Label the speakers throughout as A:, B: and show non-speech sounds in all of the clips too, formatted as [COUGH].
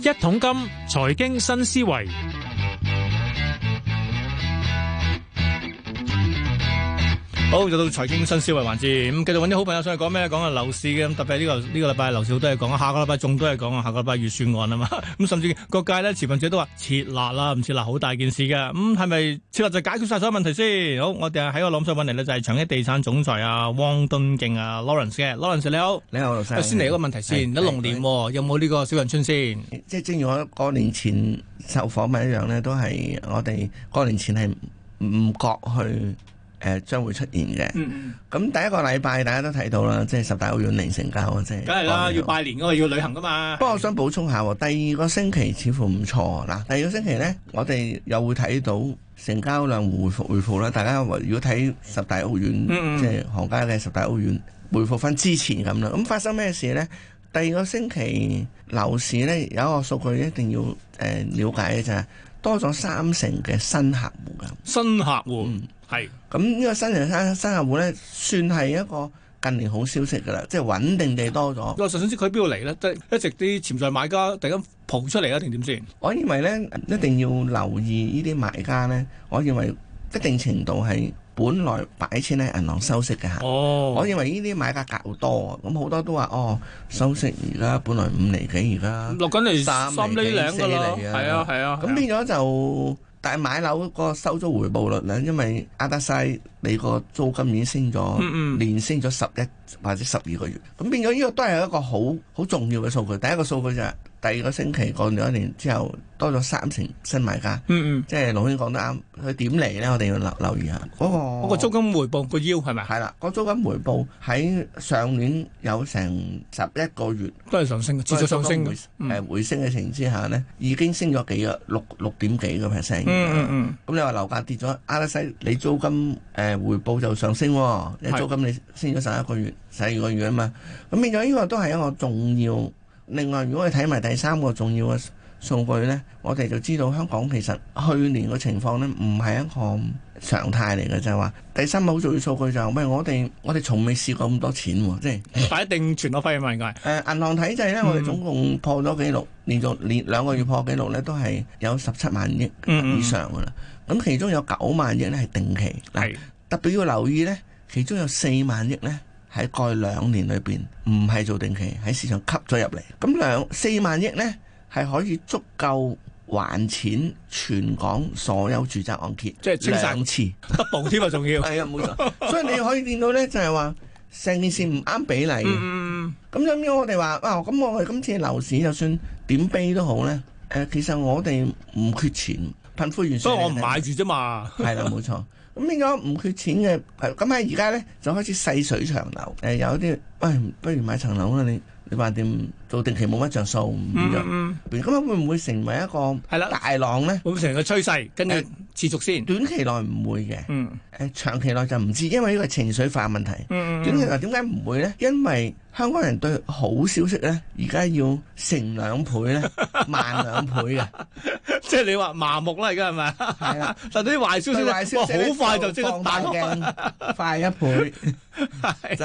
A: 一桶金財經新思維，
B: 好，就到財經新思維環節，咁繼續揾啲好朋友上去講咩？講下樓市嘅，咁特別係呢個呢個禮拜樓市好多嘢講，下個禮拜仲都係講啊，下個禮拜預算案啊嘛， [LAUGHS] 咁甚至各界咧持份者都話撤辣啦，唔撤辣好大件事嘅，咁係咪撤辣就解決晒所有問題先？好，我哋喺個諗想揾嚟呢，就係長益地產總裁啊汪敦敬啊 Lawrence 嘅，Lawrence 你好，
C: 你好，老細。
B: 啊先嚟一個問題先，一
C: 係
B: 龍年喎有冇呢個小陽春先？
C: 即係正如我過年前受訪問一樣咧，都係我哋過年前係唔覺去誒、呃、將會出現嘅。
B: 嗯
C: 咁第一個禮拜大家都睇到啦，即係十大屋苑零成交啊，即係。
B: 梗係啦，要。拜年嗰個要旅行噶嘛。
C: 不過我想補充下喎，第二個星期似乎唔錯嗱，第二個星期呢，我哋又會睇到成交量回復回復啦。大家如果睇十大屋苑，
B: 嗯嗯嗯
C: 即係行家嘅十大屋苑回復翻之前咁啦。咁發生咩事呢？第二個星期樓市呢，有一個數據一定要誒、呃、了解嘅就係、多咗三成嘅新客戶㗎。
B: 新客戶係
C: 咁呢個新人新新客戶呢，算係一個近年好消息㗎啦，即係穩定地多咗。
B: 我就想知佢邊度嚟咧？即係一直啲潛在買家突然間蒲出嚟啊，定點先？
C: 我認為咧，一定要留意呢啲買家咧。我認為一定程度係本來擺錢喺銀行收息嘅客。
B: 哦
C: 我，認為呢啲買家較多，啊咁好多都話哦，收息而家本來五厘幾而家，
B: 落緊嚟
C: 三
B: 三厘
C: 厘
B: 零
C: 四
B: 㗎啦，
C: 厘啊
B: 係啊係啊。
C: 咁變咗就但係買樓個收租回報率咧，因為呃得晒你個租金已經升咗，
B: 嗯嗯
C: 連升咗十一或者十二個月，咁變咗呢個都係一個好好重要嘅數據。第一個數據就係、第二個星期過咗一年之後，多咗三成新買家。
B: 嗯嗯，
C: 即係老兄講得啱，佢點嚟呢？我哋要留留意下嗰、
B: 嗰
C: 個
B: 個租金回報個腰係咪
C: 係啦，個租金回報喺上年有成十一個月
B: 都係上升嘅，持續上升
C: 都係
B: 嘅。
C: 租金
B: 嗯
C: 回誒回升嘅情況之下呢，已經升咗幾個六六點幾個 percent
B: 嗯。嗯嗯，
C: 咁你話樓價跌咗，阿拉西你租金誒、呃回報就上升喎，因為
B: 係
C: 租金你升咗十一個月、十二個月啊嘛，咁變咗呢個都係一個重要。另外，如果你睇埋第三個重要嘅數據呢，我哋就知道香港其實去年嘅情況呢，唔係一個常態嚟嘅，就係、話第三個好重要數據就係、喂我哋我哋從未試過咁多錢喎，即係。
B: 但一定全攞費啊嘛，應該係。
C: 誒呃銀行體制咧，我
B: 嗯
C: 哋總共破咗紀錄，連續連兩個月破紀錄咧，都係有十七萬億
B: 嗯嗯
C: 以上噶啦。咁其中有九萬億咧係定期，嗱
B: 係
C: 特別要留意咧，其中有四萬億咧喺過去兩年裏邊唔係做定期，喺市場吸咗入嚟。咁兩四萬億咧係可以足夠還錢全港所有住宅按揭，
B: 即係清晒
C: 兩次。
B: double 添啊，仲要。
C: 係啊，冇錯。 [LAUGHS] 所以你可以見到咧，就係話成件事唔啱比例嘅。
B: 嗯
C: 咁咁樣我哋話啊，咁我哋今次樓市就算點悲都好咧，誒、其實我哋唔缺錢，貧富懸殊。
B: 所以我唔買。住啫嘛。
C: [LAUGHS] 係啦，冇錯。咁變咗唔缺錢嘅，係咁喺而家咧就開始細水長流。誒、有啲喂，不如買層樓啦，你你話點做定期冇乜着數，變
B: 嗯
C: 咗
B: 嗯，
C: 咁樣會唔會成為一個
B: 係啦
C: 大浪咧？
B: 會唔會成個趨勢跟住
C: 誒
B: 持續先？ [LAUGHS]
C: 短期內唔會嘅，誒、
B: 嗯
C: 長期內就唔知，因為呢個係情緒化問題。
B: 嗯
C: 短期內點解唔會呢？因為香港人對好消息呢，而家要成兩倍
B: [LAUGHS]
C: 呢，慢兩倍嘅，
B: 即係你話麻木啦，而家係咪？ [LAUGHS]
C: 係啦。
B: 但啲壞消息
C: 對
B: 咧，
C: 壞消息
B: 哇
C: 呢
B: 好快就即刻
C: 放大
B: 彈開。
C: 鏡，快一倍
B: [LAUGHS]
C: 就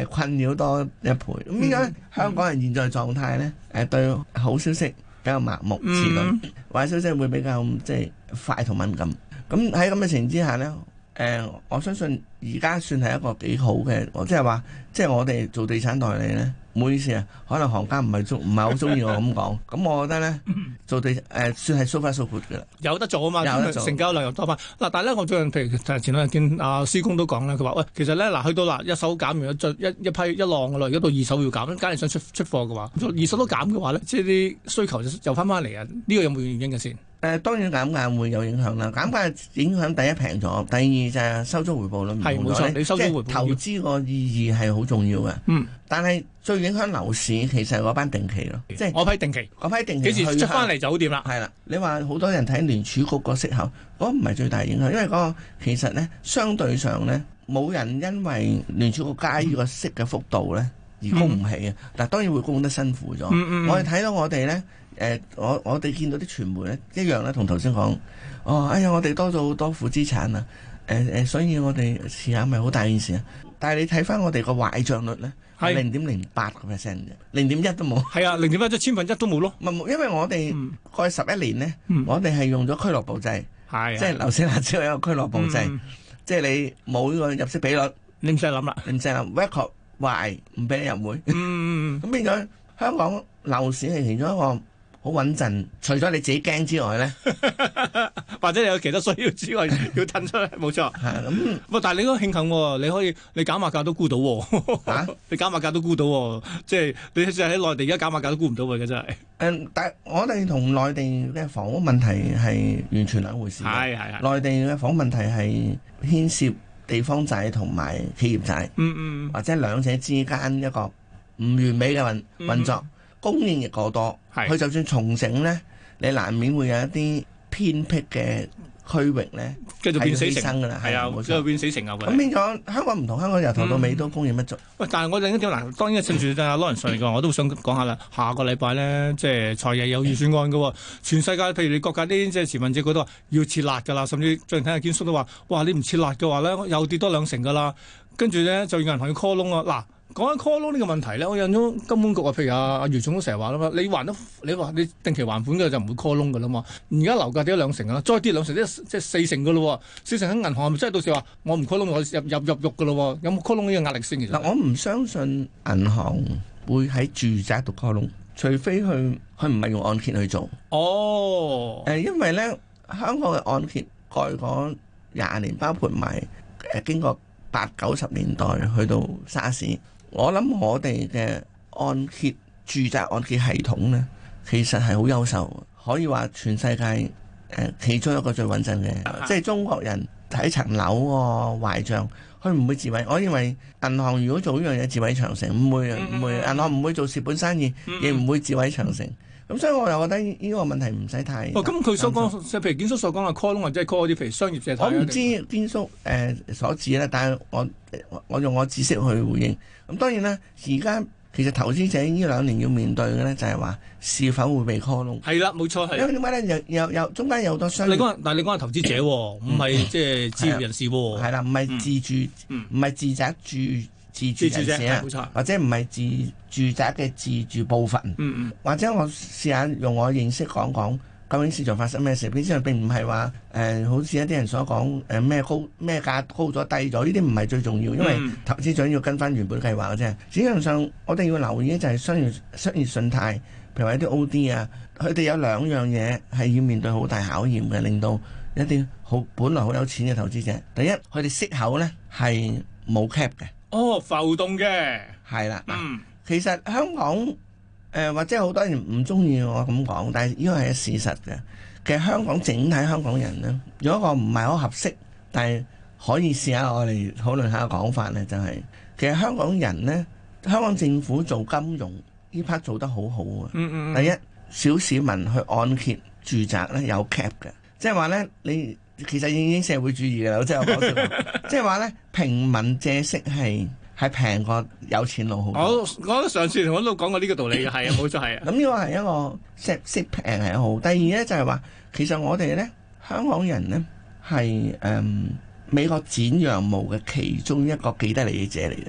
C: 誒困擾多一倍。咁
B: 嗯
C: 點解香港人現在狀態呢，誒對好消息比較麻木
B: 嗯
C: 遲鈍，壞消息會比較即係快同敏感。咁喺咁嘅情況之下呢。誒、我相信而家算係一個幾好嘅，我即係話，即係我哋做地產代理呢，唔好意思啊，可能行家唔係中唔係好中意我咁講，
B: [LAUGHS]
C: 咁我覺得呢，做地誒、算係 so far so good 嘅啦，
B: 有得做啊嘛，
C: 有得
B: 咁
C: 做
B: 成交量又多翻。嗱，但係咧，我最近譬如前兩日見阿施工都講啦，佢話喂，其實咧嗱，去到嗱一手減完咗一一批一浪噶啦，而家到二手要減，假如想出出貨嘅話，二手都減嘅話咧，即係啲需求就又翻翻嚟啊！呢個有冇原因嘅先？
C: 誒、當然減價會有影響啦，減價影響第一平咗，第二就係收租回報率唔
B: 係
C: 同
B: 冇錯
C: 咗呢
B: 你收租
C: 即係
B: 回報
C: 投資個意義係好重要嘅，
B: 嗯，
C: 但係最影響樓市其實係嗰班定期咯，即係
B: 我批定期
C: 嗰批定期
B: 嗯幾時
C: 去
B: 出翻
C: 向
B: 嚟就好掂啦。
C: 係啦，你話好多人睇聯儲局個息口，嗰、唔係最大影響，因為嗰個其實呢，相對上呢，冇人因為聯儲局加呢個息嘅幅度呢而供唔起嘅，但當然會供得辛苦咗。
B: 嗯嗯
C: 我哋睇到我哋呢，誒、我我哋見到啲傳媒呢一樣呢，同頭先講，哦，哎呀，我哋多咗好多負資產啊！誒、誒誒，所以我哋試下咪好大件事啊！但係你睇翻我哋個壞帳率咧，係
B: 係
C: 零點零八個 percent 啫，零點一都冇。
B: 係啊，零點一即千分一都冇咯，
C: 唔係因為我哋
B: 嗯，
C: 過去十一年咧，
B: 嗯
C: 我哋係用咗俱樂部制，
B: 係啊，
C: 即係樓市辣椒有一個俱樂部制，
B: 嗯
C: 即係你冇呢個入息比率，
B: 你唔使諗啦，
C: 你唔使話 record 壞，唔俾你入會。
B: 嗯嗯，
C: 咁變咗香港樓市係其中一個好穩陣，除咗你自己驚之外咧，
B: 嗯或者你有其他需要之
C: [LAUGHS]
B: 外，要褪出嚟，冇錯。
C: 嚇咁
B: 喂，但係你都慶幸喎，你可以你減碼價都估到喎，
C: 嚇。
B: 你減碼價都估到喎，即係你就係喺內地而家減碼價都估唔到嘅真係，
C: 誒、嗯但係我哋同內地嘅房屋問題係完全兩回事嘅。
B: 係係係，
C: 內地嘅房屋問題係牽涉地方債同埋企業債，
B: 嗯嗯，
C: 或者啊兩者之間一個唔完美嘅運
B: 嗯
C: 運作，供應亦過多。
B: 係
C: 佢就算重整呢，你難免會有一啲偏僻嘅區域呢
B: 繼續
C: 係
B: 變
C: 要
B: 死
C: 犧
B: 城，
C: 牲㗎啦，
B: 係啊，
C: 冇
B: 繼續
C: 錯。
B: 變死城啊喂
C: 咁。變咗香港唔同，香港由頭到尾
B: 嗯
C: 都供應不足。
B: 喂，但係我另一點嗱，當然趁住阿 Lawrence 嚟講，我都想講下啦。下個禮拜咧，即係呃財爺有預算案嘅喎，全世界譬如你國家啲即係持份者，佢都話要撤辣㗎啦，甚至最近睇阿堅叔都話：哇，你唔撤辣嘅話咧，又跌多兩成㗎啦。跟住咧就銀行要 call 窿啊！嗱，講緊 call 窿呢個問題咧，我印咗金管局啊，譬如阿阿余總都成日話啦嘛，你還得你話你定期還款嘅就唔會 call 窿㗎啦嘛。而家樓價跌咗兩成啊，再跌兩成即係即係四成㗎咯喎，四成喺銀行係咪真係到時話我唔 call 窿我入入入肉㗎咯喎？有冇 call 窿呢個壓力先？其實
C: 嗱，我唔相信銀行會喺住宅度開窿，除非佢佢唔係用按揭去做。誒、
B: 哦，
C: 因為咧香港嘅按揭過去嗰廿年，包括埋誒經過八九十年代去到沙士，我諗我哋嘅按揭住宅按揭系統呢，其實係好優秀，可以話全世界誒、呃其中一個最穩陣
B: 啊
C: 嘅，即係中國人睇層樓個壞帳。佢唔會自毀。我認為銀行如果做呢樣嘢自毀長城，唔會啊
B: 嗯
C: 唔會。銀行唔會做蝕本生意，亦唔會自毀長城。咁所以我又覺得呢個問題唔使太。
B: 哦，咁佢所講，即係譬如建叔所講嘅 call 窿，或者係 call 啲譬如商業借貸啊，
C: 我唔知邊叔誒所指啦，但係我呃我我用我知識去回應。咁當然啦，而家其實投資者呢兩年要面對嘅咧，就係話是否會被 call 窿。
B: 係啦，冇錯
C: 因
B: 係。
C: 為點解咧？有有有中間有好多商
B: 你
C: 業嗯
B: 講，但係你講係投資者喎，唔係即係專業人士喎，
C: 係啦，唔係自住，
B: 嗯
C: 唔係自宅住自住
B: 自住
C: 人士
B: 啫
C: 啊
B: 冇錯，
C: 或者唔係自住宅嘅自住部分。
B: 嗯
C: 或者我試下用我認識講講究竟市場發生咩事。呢市場並唔係話誒，好似一啲人所講誒咩高咩價高咗低咗，呢啲唔係最重要，因為
B: 嗯
C: 投資者要跟翻原本計劃嘅啫。市場上我哋要留意嘅就係商業商業信貸，譬如話一啲 O.D. 啊，佢哋有兩樣嘢係要面對好大考驗嘅，令到一啲好本來好有錢嘅投資者，第一佢哋息口呢係冇 cap 嘅，
B: 嗯，哦，浮動嘅，
C: 係啦嗱。
B: 嗯，
C: 其實香港誒、呃或者好多人唔中意我咁講，但係呢個係事實嘅。其實香港整體香港人呢，有一個唔係好合適，但係可以試下我哋討論下講法呢，就係、其實香港人呢，香港政府做金融呢 part 做得好好啊。
B: 嗯嗯
C: 第一，小市民去按揭住宅咧有 cap 嘅，即係話咧你其實已經社會主義嘅啦，即係我講笑
B: [LAUGHS]
C: 講，即係話咧平民借息係係平過有錢佬好多。
B: 我我都上次同我都講過呢個道理嘅，
C: [LAUGHS]
B: 係啊，冇錯係啊，
C: 咁呢個係一個識識平係好。第二咧就係話，其實我哋咧香港人咧係誒美國剪羊毛嘅其中一個既得利益者嚟嘅，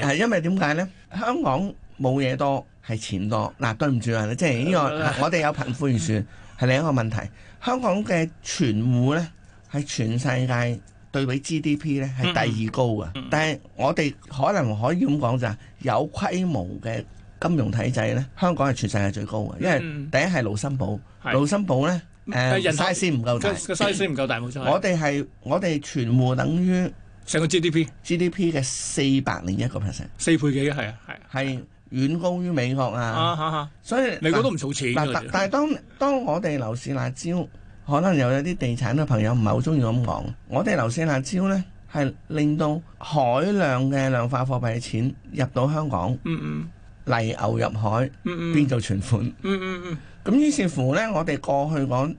B: 係
C: 係因為點解咧？香港冇嘢多，係錢多。嗱、對唔住啊，即係呢
B: [LAUGHS]
C: 個我哋有貧富懸殊係另一個問題。香港嘅存戶咧係全世界。對比 GDP 咧
B: 嗯
C: 係第二高嘅，但係我哋可能可以咁講就係有規模嘅金融體制咧，香港係全世界最高嘅，因為
B: 嗯
C: 第一係盧森堡，
B: 係
C: 盧森堡咧
B: 但係
C: 誒
B: 人口
C: size 唔夠
B: 個
C: 大，
B: 個 size 唔夠大，冇錯
C: 我
B: 係，
C: 哋係我哋全戶等於
B: 成個 GDP
C: GDP 嘅四百零一個 percent，
B: 四倍幾嘅係啊係啊
C: 係遠高於美國啊，
B: 啊，嚇嚇，
C: 所以
B: 美國都唔儲錢
C: 嗱，但
B: 㗎，
C: 但係當當我哋樓市辣椒，可能又有啲地產嘅朋友唔係好中意咁講，我哋樓市辣椒呢，係令到海量嘅量化貨幣錢入到香港，
B: 嗯嗯
C: 泥牛入海，
B: 嗯嗯
C: 變做存款。
B: 嗯嗯嗯
C: 咁於是乎呢，我哋過去嗰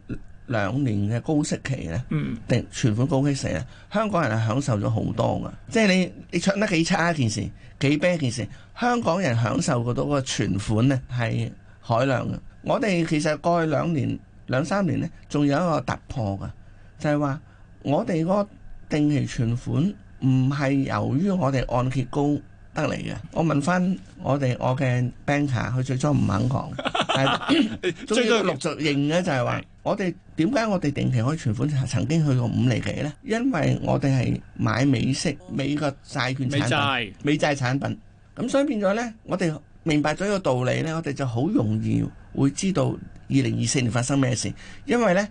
C: 兩年嘅高息期呢，
B: 嗯
C: 定存款高息期呢，香港人係享受咗好多噶。即係你你唱得幾差一件事，幾啤一件事，香港人享受嗰到個存款呢係海量嘅。我哋其實過去兩年兩三年呢，仲有一個突破噶，就係話我哋嗰個定期存款唔係由於我哋按揭高得嚟嘅。我問翻我哋我嘅 banker，佢最初唔肯講，但 [LAUGHS] 係終於佢陸續認咧，就係話
B: 係
C: 我哋點解我哋定期可以存款曾經去過五厘幾呢？因為我哋係買美息美國債券
B: 美
C: 產品。
B: 債
C: 美債產品。咁所以變咗呢，我哋明白咗呢個道理呢，我哋就好容易會知道二零二四年發生咩事，因為呢，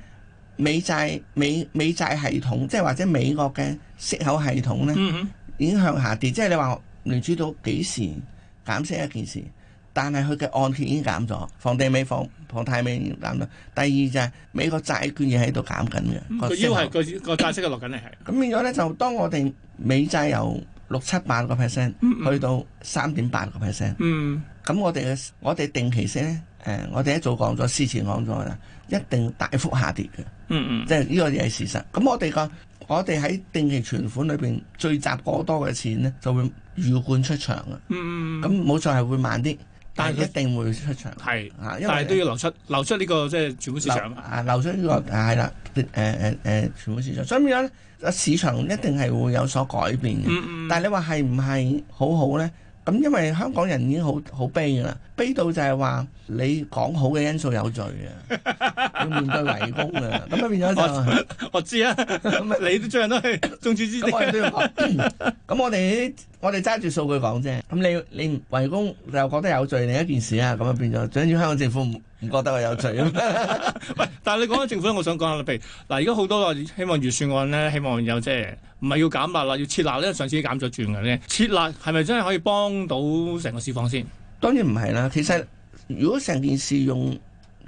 C: 美債美美債系統，即係或者美國嘅息口系統呢，
B: 嗯哼
C: 已經向下跌。即係你話聯儲到幾時減息一件事，但係佢嘅按揭已經減咗，房地美房房貸美已經減咗。第二就係美國債券亦喺度減緊嘅個
B: 嗯
C: 啊
B: 個
C: 息
B: 腰
C: 口。
B: 係個個債息嘅落緊嚟係，
C: 咁變咗咧，就當我哋美債由六七八個 percent 去到三點八個 percent，
B: 嗯
C: 咁我哋嘅我哋定期息咧，誒、我哋一早講咗，事前講咗啦，一定大幅下跌嘅，
B: 嗯嗯
C: 即係呢個嘢係事實。咁我哋個我哋喺定期存款裏邊聚集過多嘅錢咧，就會預灌出場嘅。
B: 嗯嗯，
C: 咁冇錯係會慢啲，
B: 但
C: 但
B: 係
C: 係
B: 佢
C: 一定會出場。
B: 係，
C: 啊，因
B: 但
C: 為
B: 係都要流出流出呢個即係存款市場
C: 流
B: 啊，
C: 啊，流出呢個係啦，誒誒誒，全部市場，所以變咗咧，市場一定係會有所改變嘅。
B: 嗯嗯，
C: 但係你話係唔係好好呢？咁因為香港人已經好好悲㗎啦，悲到就係話你講好嘅因素有罪嘅，
B: [LAUGHS]
C: 要面對圍攻嘅，咁啊變咗就
B: 我知 [LAUGHS] 啊，你都最近都 [COUGHS] 係眾矢之的
C: 咁我，哋都要
B: [LAUGHS]
C: 講。咁我哋我哋揸住數據講啫。咁你你圍攻又覺得有罪另一件事啊，咁啊變咗，最緊要香港政府唔唔覺得我有罪啊。
B: 但係你講緊政府咧，我想講下啦，譬如嗱，而家好多話希望預算案咧，希望有即係唔係要減辣啦，要撤辣咧，上次已經減咗轉嘅咧，撤辣係咪真係可以幫到成個市況先？
C: 當然唔係啦，其實如果成件事用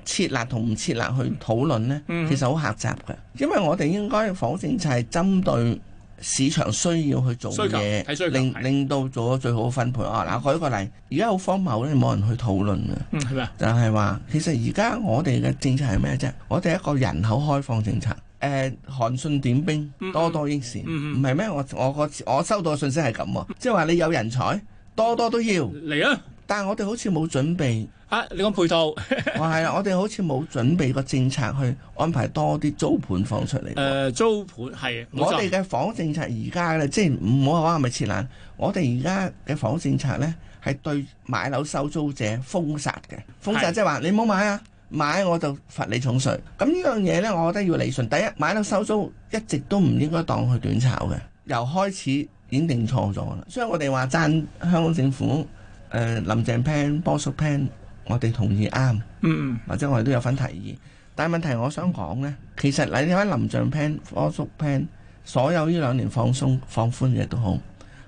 C: 設立同唔設立去討論呢，
B: 嗯
C: 其實好狹窄嘅，因為我哋應該房屋政策係針對市場需要去做
B: 需求
C: 嘢
B: 睇需求，
C: 令
B: 係
C: 令到做咗最好嘅分配。啊，嗱，舉個例，而家好荒謬咧，冇人去討論嘅，
B: 嗯，係咪啊？
C: 就係話其實而家我哋嘅政策係咩啫？我哋一個人口開放政策。誒韓信點兵
B: 嗯
C: 多多益善，
B: 嗯
C: 唔係咩？我我我我收到嘅信息係咁喎，即係話你有人才多多都要，
B: 嚟啊！
C: 但係我哋好似冇準備，
B: 啊，你講配套，誒、
C: 我係啊，我哋好似冇準備個政策去安排多啲租盤放出嚟。
B: 呃租盤係冇
C: 我
B: 錯，
C: 哋嘅房屋政策而家咧，即係唔好話係咪設難，我哋而家嘅房屋政策咧係對買樓收租者封殺嘅，封殺
B: 係
C: 即係話你唔好買啊，買我就罰你重稅。咁呢樣嘢咧，我覺得要理順。第一，買樓收租一直都唔應該當佢短炒嘅，由開始已經定錯咗啦。所以我哋話讚香港政府誒、呃林鄭 plan、波叔 plan，我哋同意啱。
B: 嗯，
C: 或者我哋都有份提議。但係問題，我想講呢，其實你睇翻林象 plan、科叔 plan，所有呢兩年放鬆放寬嘅都好，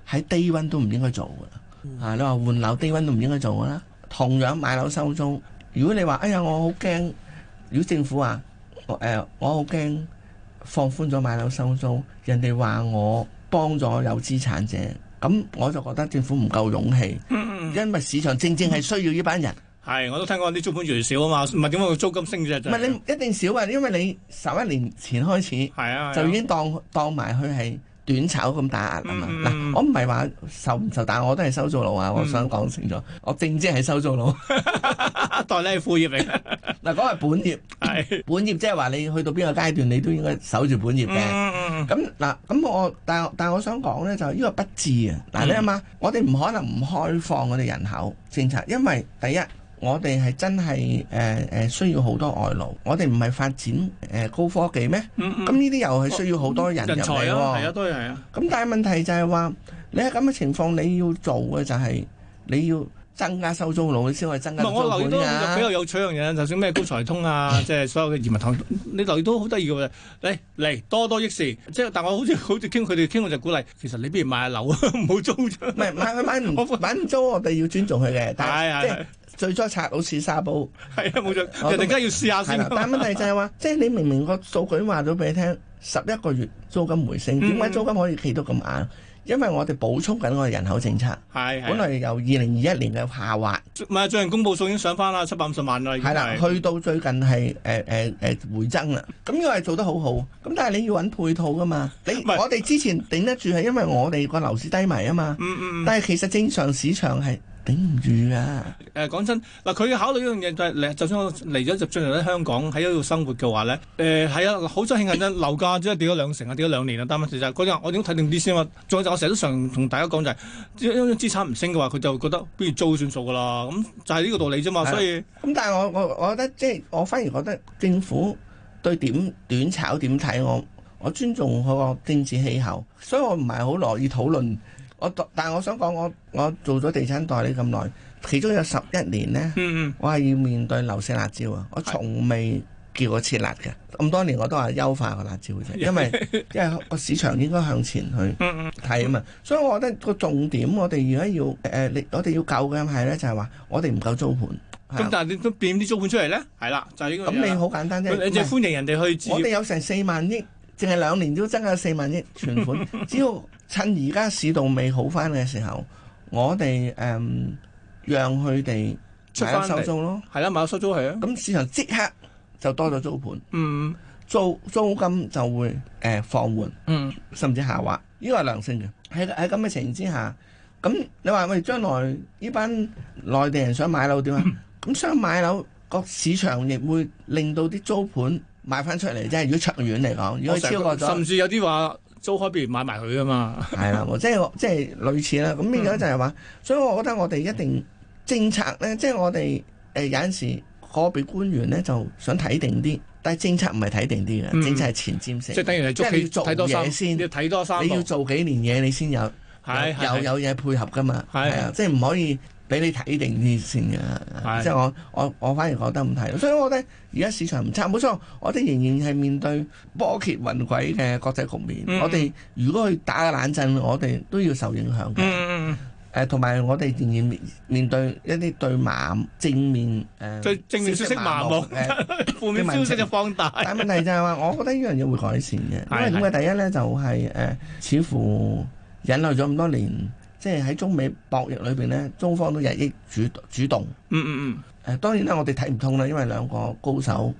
C: 喺低温都唔應該做㗎啦。啊，你話換樓低温都唔應該做㗎啦。同樣買樓收租，如果你話哎呀我好驚，如果政府話誒、呃我好驚放寬咗買樓收租，人哋話我幫咗有資產者，咁我就覺得政府唔夠勇氣，因為市場正正係需要呢班人。
B: 嗯係，我都聽講啲租盤越嚟越少啊嘛，唔係點解個租金升啫？
C: 唔
B: 真係
C: 係你一定少啊，因為你十一年前開始
B: 係啊，
C: 就已
B: 經
C: 經當當埋佢係短炒咁打壓啊嘛。
B: 嗯嗯
C: 嗱、
B: 嗯
C: 我唔係話受唔受打，我都係收租佬啊！我想講清楚，我正職係收
B: [LAUGHS]
C: 租佬。
B: 一代咧係副業嚟嘅，
C: 嗱，講係本業，
B: 係，
C: 本業即係話你去到邊個階段，你都應該守住本業
B: [LAUGHS]
C: 嘅。
B: 嗯嗯
C: 咁嗱，咁我但但我想講呢，就係呢個不智啊！嗱，
B: 嗯
C: 你諗下，我哋唔可能唔開放我哋人口政策，因為第一，我哋係真係誒誒需要好多外勞，我哋唔係發展誒、呃高科技咩？
B: 嗯
C: 咁呢啲又係需要好多人入
B: 人才
C: 嚟
B: 啊，係啊，
C: 喎。
B: 都係啊，
C: 咁但係問題就係話，你喺咁嘅情況，你要做嘅就係你要增加收租佬，你先可以增
B: 唔
C: 加
B: 係
C: 到
B: 我留
C: 租
B: 意
C: 盤
B: 到比較
C: 㗎。
B: 有趣一樣嘢，就算咩高才通
C: [LAUGHS]
B: 啊，即係所有嘅移民堂，你留意到好得意嘅喎，嚟嚟多多益善，即係但我好似好似傾佢哋傾，我就鼓勵，其實你不如買下樓啊， [LAUGHS] 唔好租
C: 唔
B: 啫。 [LAUGHS]
C: 係買佢買
B: 我
C: 唔買唔租，我哋要尊重佢嘅。
B: 係
C: 但
B: 係
C: 係即係最初拆好似沙煲。
B: 係啊，冇錯，
C: 我都
B: 人哋梗係要試下
C: 係
B: 啊先
C: 啦，。但係問題就
B: [LAUGHS]
C: 係話，即係你明明個數據話咗俾你聽，十一個月租金回升，點解
B: 嗯
C: 租金可以企到咁硬？因為我哋補充緊我哋人口政策，
B: 係
C: 本
B: 係啊，
C: 來由二零二一年嘅下滑，
B: 唔係最近公佈數已經上翻啦，七百五十萬啦，已經
C: 係啦，去到最近係誒誒誒回增啦。咁呢個係做得好好，咁但係你要揾配套噶嘛？你
B: 係
C: 我哋之前頂得住係因為我哋個樓市低迷啊嘛，
B: 嗯嗯嗯，
C: 但係其實正常市場係頂頂唔住噶。
B: 誒講真，嗱佢要考慮一樣嘢就係、嚟就算我嚟咗就進入咗香港喺嗰度生活嘅話咧，誒係啊，好真慶幸啫，樓價只係跌咗兩成啊，跌咗兩年啊，但問題就係嗰陣我點睇定啲先啊？仲有就我成日都常同大家講就係、因為資產唔升嘅話，佢就覺得不如租算數噶啦，咁就係呢個道理啫嘛，
C: 係啊
B: 所以
C: 咁但係我我我覺得即係我反而覺得政府對點短炒點睇我，我尊重佢個政治氣候，所以我唔係好樂意討論。我但係我想講，我我做咗地產代理咁耐，其中有十一年呢，
B: 嗯嗯。
C: 我係要面對樓市辣椒啊！我從未叫過撤辣嘅，咁多年我都係優化個辣椒
B: [LAUGHS]
C: 啫，因為因為個市場應該向前去。
B: 嗯嗯
C: 睇啊嘛，所以我覺得個重點我哋而家要誒、呃你我哋要救嘅係咧，就係話我哋唔夠租盤。係
B: 嗯咁
C: 啊
B: 但係你都變啲租盤出嚟咧，係啦，就係呢個嘢
C: 咁
B: 啦。
C: 你好簡單啫，
B: 你你就
C: 唔係
B: 歡迎人哋去置
C: 我
B: 業
C: 哋有成四萬億，淨係兩年都增加四萬億存
B: [LAUGHS]
C: 款，只要趁而家市道未好翻嘅時候，我哋誒、嗯、讓佢哋
B: 出
C: 買樓
B: 翻
C: 收
B: 嚟，
C: 租咯，
B: 係啦，買樓收租係啊，
C: 咁市場即刻就多咗租盤，
B: 嗯
C: 租租金就會誒、呃放緩。
B: 嗯
C: 甚至下滑，呢個係良性嘅。喺喺咁嘅情形之下，咁你話喂，將來呢班內地人想買樓點啊？
B: 嗯
C: 咁想買樓，個市場亦會令到啲租盤賣翻出嚟，即係如果長遠嚟講，如果
B: 我成日
C: 超過
B: 甚
C: 咗，
B: 至有啲話租開不如買埋佢噶嘛，
C: 係
B: [LAUGHS]
C: 啦，我即係即係類似啦。咁
B: 嗯
C: 變咗就係話，所以我覺得我哋一定政策呢，即係我哋誒有陣時個別官員呢就想睇定啲，但係政策唔係睇定啲
B: 嗯
C: 嘅，政策係前瞻性
B: 即係，等於係
C: 即係你要
B: 捉
C: 做
B: 棋睇多
C: 嘢
B: 三
C: 先
B: 你要睇多三
C: 你要
B: 步，
C: 做幾年嘢你先有。
B: 係
C: 有
B: 係
C: 有有嘢配合噶嘛，
B: 係
C: 係啊，即係唔可以俾你睇定啲先
B: 係
C: 嘅。即係我我我反而覺得唔睇，所以我覺得而家市場唔差，冇錯，我哋仍然係面對波譎雲詭嘅國際局面。
B: 嗯
C: 我哋如果去打個冷震，我哋都要受影響嘅。
B: 嗯嗯
C: 誒，同埋我哋仍然面面對一啲對麻正面誒，
B: 對正面消息麻木
C: 誒
B: [LAUGHS] 嗯，負面消息就放大，
C: 但係問題就係話，我覺得呢樣嘢會改善嘅，因為點解？第一咧就係、誒、似乎忍耐咗咁多年，即係喺中美博弈裏邊咧，中方都日益主主動。誒、
B: 嗯嗯嗯，
C: 當然啦，我哋睇唔通啦，因為兩個高手，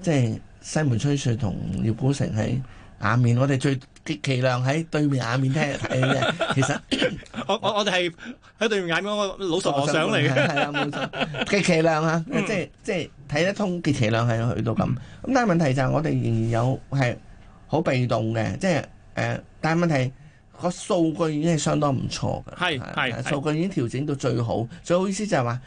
C: 即係西門吹雪同葉孤城喺眼面，我哋最極其量喺對面眼面聽睇嘅，其實
B: 我我我哋係喺對面眼嗰個老傻和尚嚟嘅，
C: 係係啊，冇
B: [LAUGHS]
C: 錯，極其量啊，
B: 嗯
C: 即係即係睇得通極其量係去到咁。咁但係問題就係我哋仍然有係好被動嘅，即係誒、呃但係問題個數據已經係相當唔錯嘅，
B: 係係係
C: 數據已經調整到最好，最好意思就係話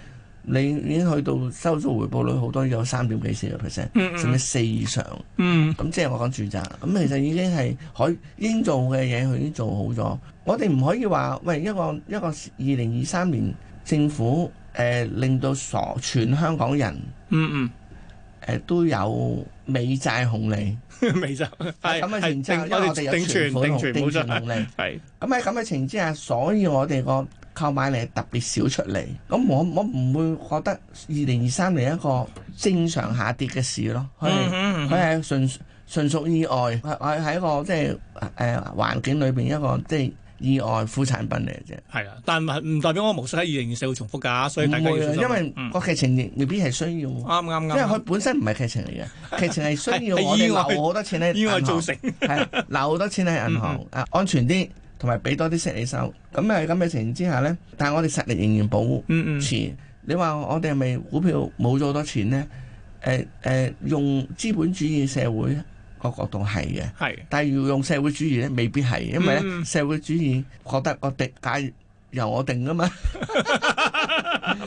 C: 你已經去到收租回報率好多有三點幾四個 percent，
B: 嗯
C: 甚至
B: 嗯
C: 四以上。
B: 嗯
C: 咁即係我講住宅，咁其實已經係可應做嘅嘢，佢已經做好咗。我哋唔可以話，喂一個一個二零二三年政府誒、呃令到傻全香港人誒、
B: 嗯
C: 呃都有美債紅利，
B: 嗯， [LAUGHS] 未就係
C: 咁嘅情況之下，
B: 係
C: 因為我哋有
B: 定存
C: 存款
B: 定
C: 紅
B: 存
C: 定
B: 冇
C: 存
B: 錯，
C: 紅利。
B: 係
C: 咁喺咁嘅情形之下，所以我哋個購買力特別少出嚟。咁我我唔會覺得二零二三年一個正常下跌嘅事咯，佢係
B: 嗯嗯嗯
C: 佢係純純屬意外，係係喺一個即係呃誒環境裏邊一個即係意外副產品嚟嘅啫。
B: 係啦，但係唔代表我模式喺二零二四會重複㗎，所以
C: 唔
B: 大家要
C: 會
B: 小
C: 啊，
B: 心
C: 因為
B: 嗯
C: 個劇情亦未必係需要，因
B: 啱啊啱啱，
C: 為佢本身唔係劇情嚟
B: [LAUGHS]
C: 嘅，劇情係需要
B: 係係
C: 我哋
B: 意
C: 留
B: 外
C: 好多錢喺
B: 意外嗯
C: 銀行
B: 造成，
C: 係留好多錢喺銀行，啊安全啲，同埋俾多啲息你收。咁喺咁嘅情形之下呢，但係我哋實力仍然保持。
B: [LAUGHS] 嗯嗯，
C: 你話我哋係咪股票冇咗好多錢呢？誒、誒、用資本主義社會個角度係嘅，
B: 係
C: 但係要用社會主義咧，未必係，因為咧、
B: 嗯
C: 社會主義覺得個定價由我定噶嘛，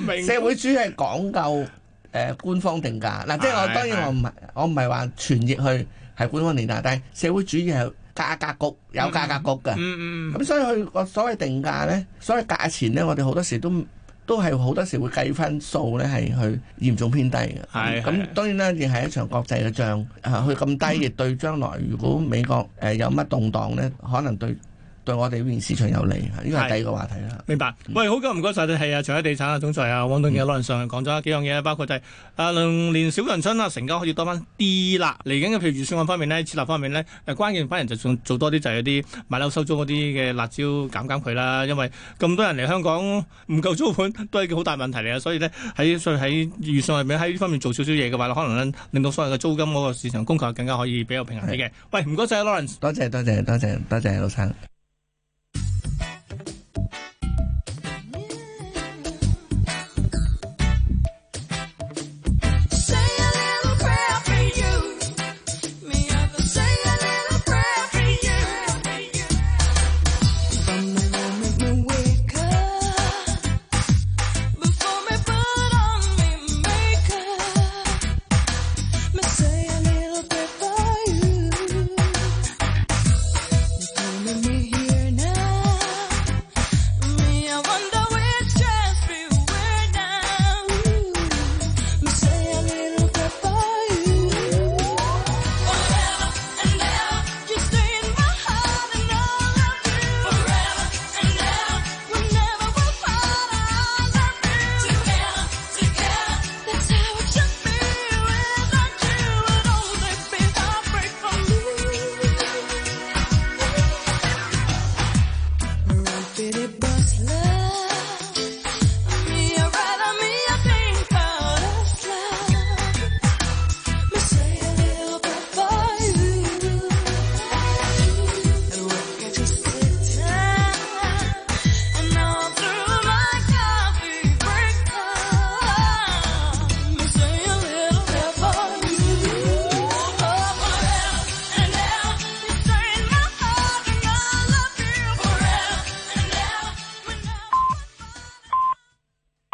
B: 明 [LAUGHS]
C: 社會主義係講究誒、官方定價。嗱、即係我
B: 係
C: 當然我唔係我唔係話傳譯去係官方定價，但係社會主義係價格局有價格局嘅。
B: 嗯嗯
C: 咁所以佢個所謂定價呢，所謂價錢呢，我哋好多時都都係好多時會計分數呢，係去嚴重偏低嘅。
B: 係係嗯
C: 咁當然啦，亦係一場國際嘅仗。啊佢咁低，亦對將來如果美國誒、呃有乜動盪呢，可能對對我哋呢邊市場有利。呢個係
B: 係
C: 第二個話題啦。
B: 明白，嗯喂，好嘅，唔該晒你係啊，長一地產啊，總裁啊，汪東健啊，羅倫上講咗幾樣嘢，包括就係、啊，兩年小人親啊，成交開始多翻啲啦。嚟緊嘅譬如預算案方面呢，設立方面呢，誒關鍵反而就仲做多啲就係啲買樓收租嗰啲嘅辣椒減減佢啦，因為咁多人嚟香港唔夠租盤都係一個好大問題嚟啊，所以呢，喺所以喺預算入面喺呢方面做少少嘢嘅話，可能呢令到所謂嘅租金嗰個市場供求更加可以比較平衡啲嘅。喂，唔該晒啊，Lawrence。
C: 多謝多謝多謝多謝老生。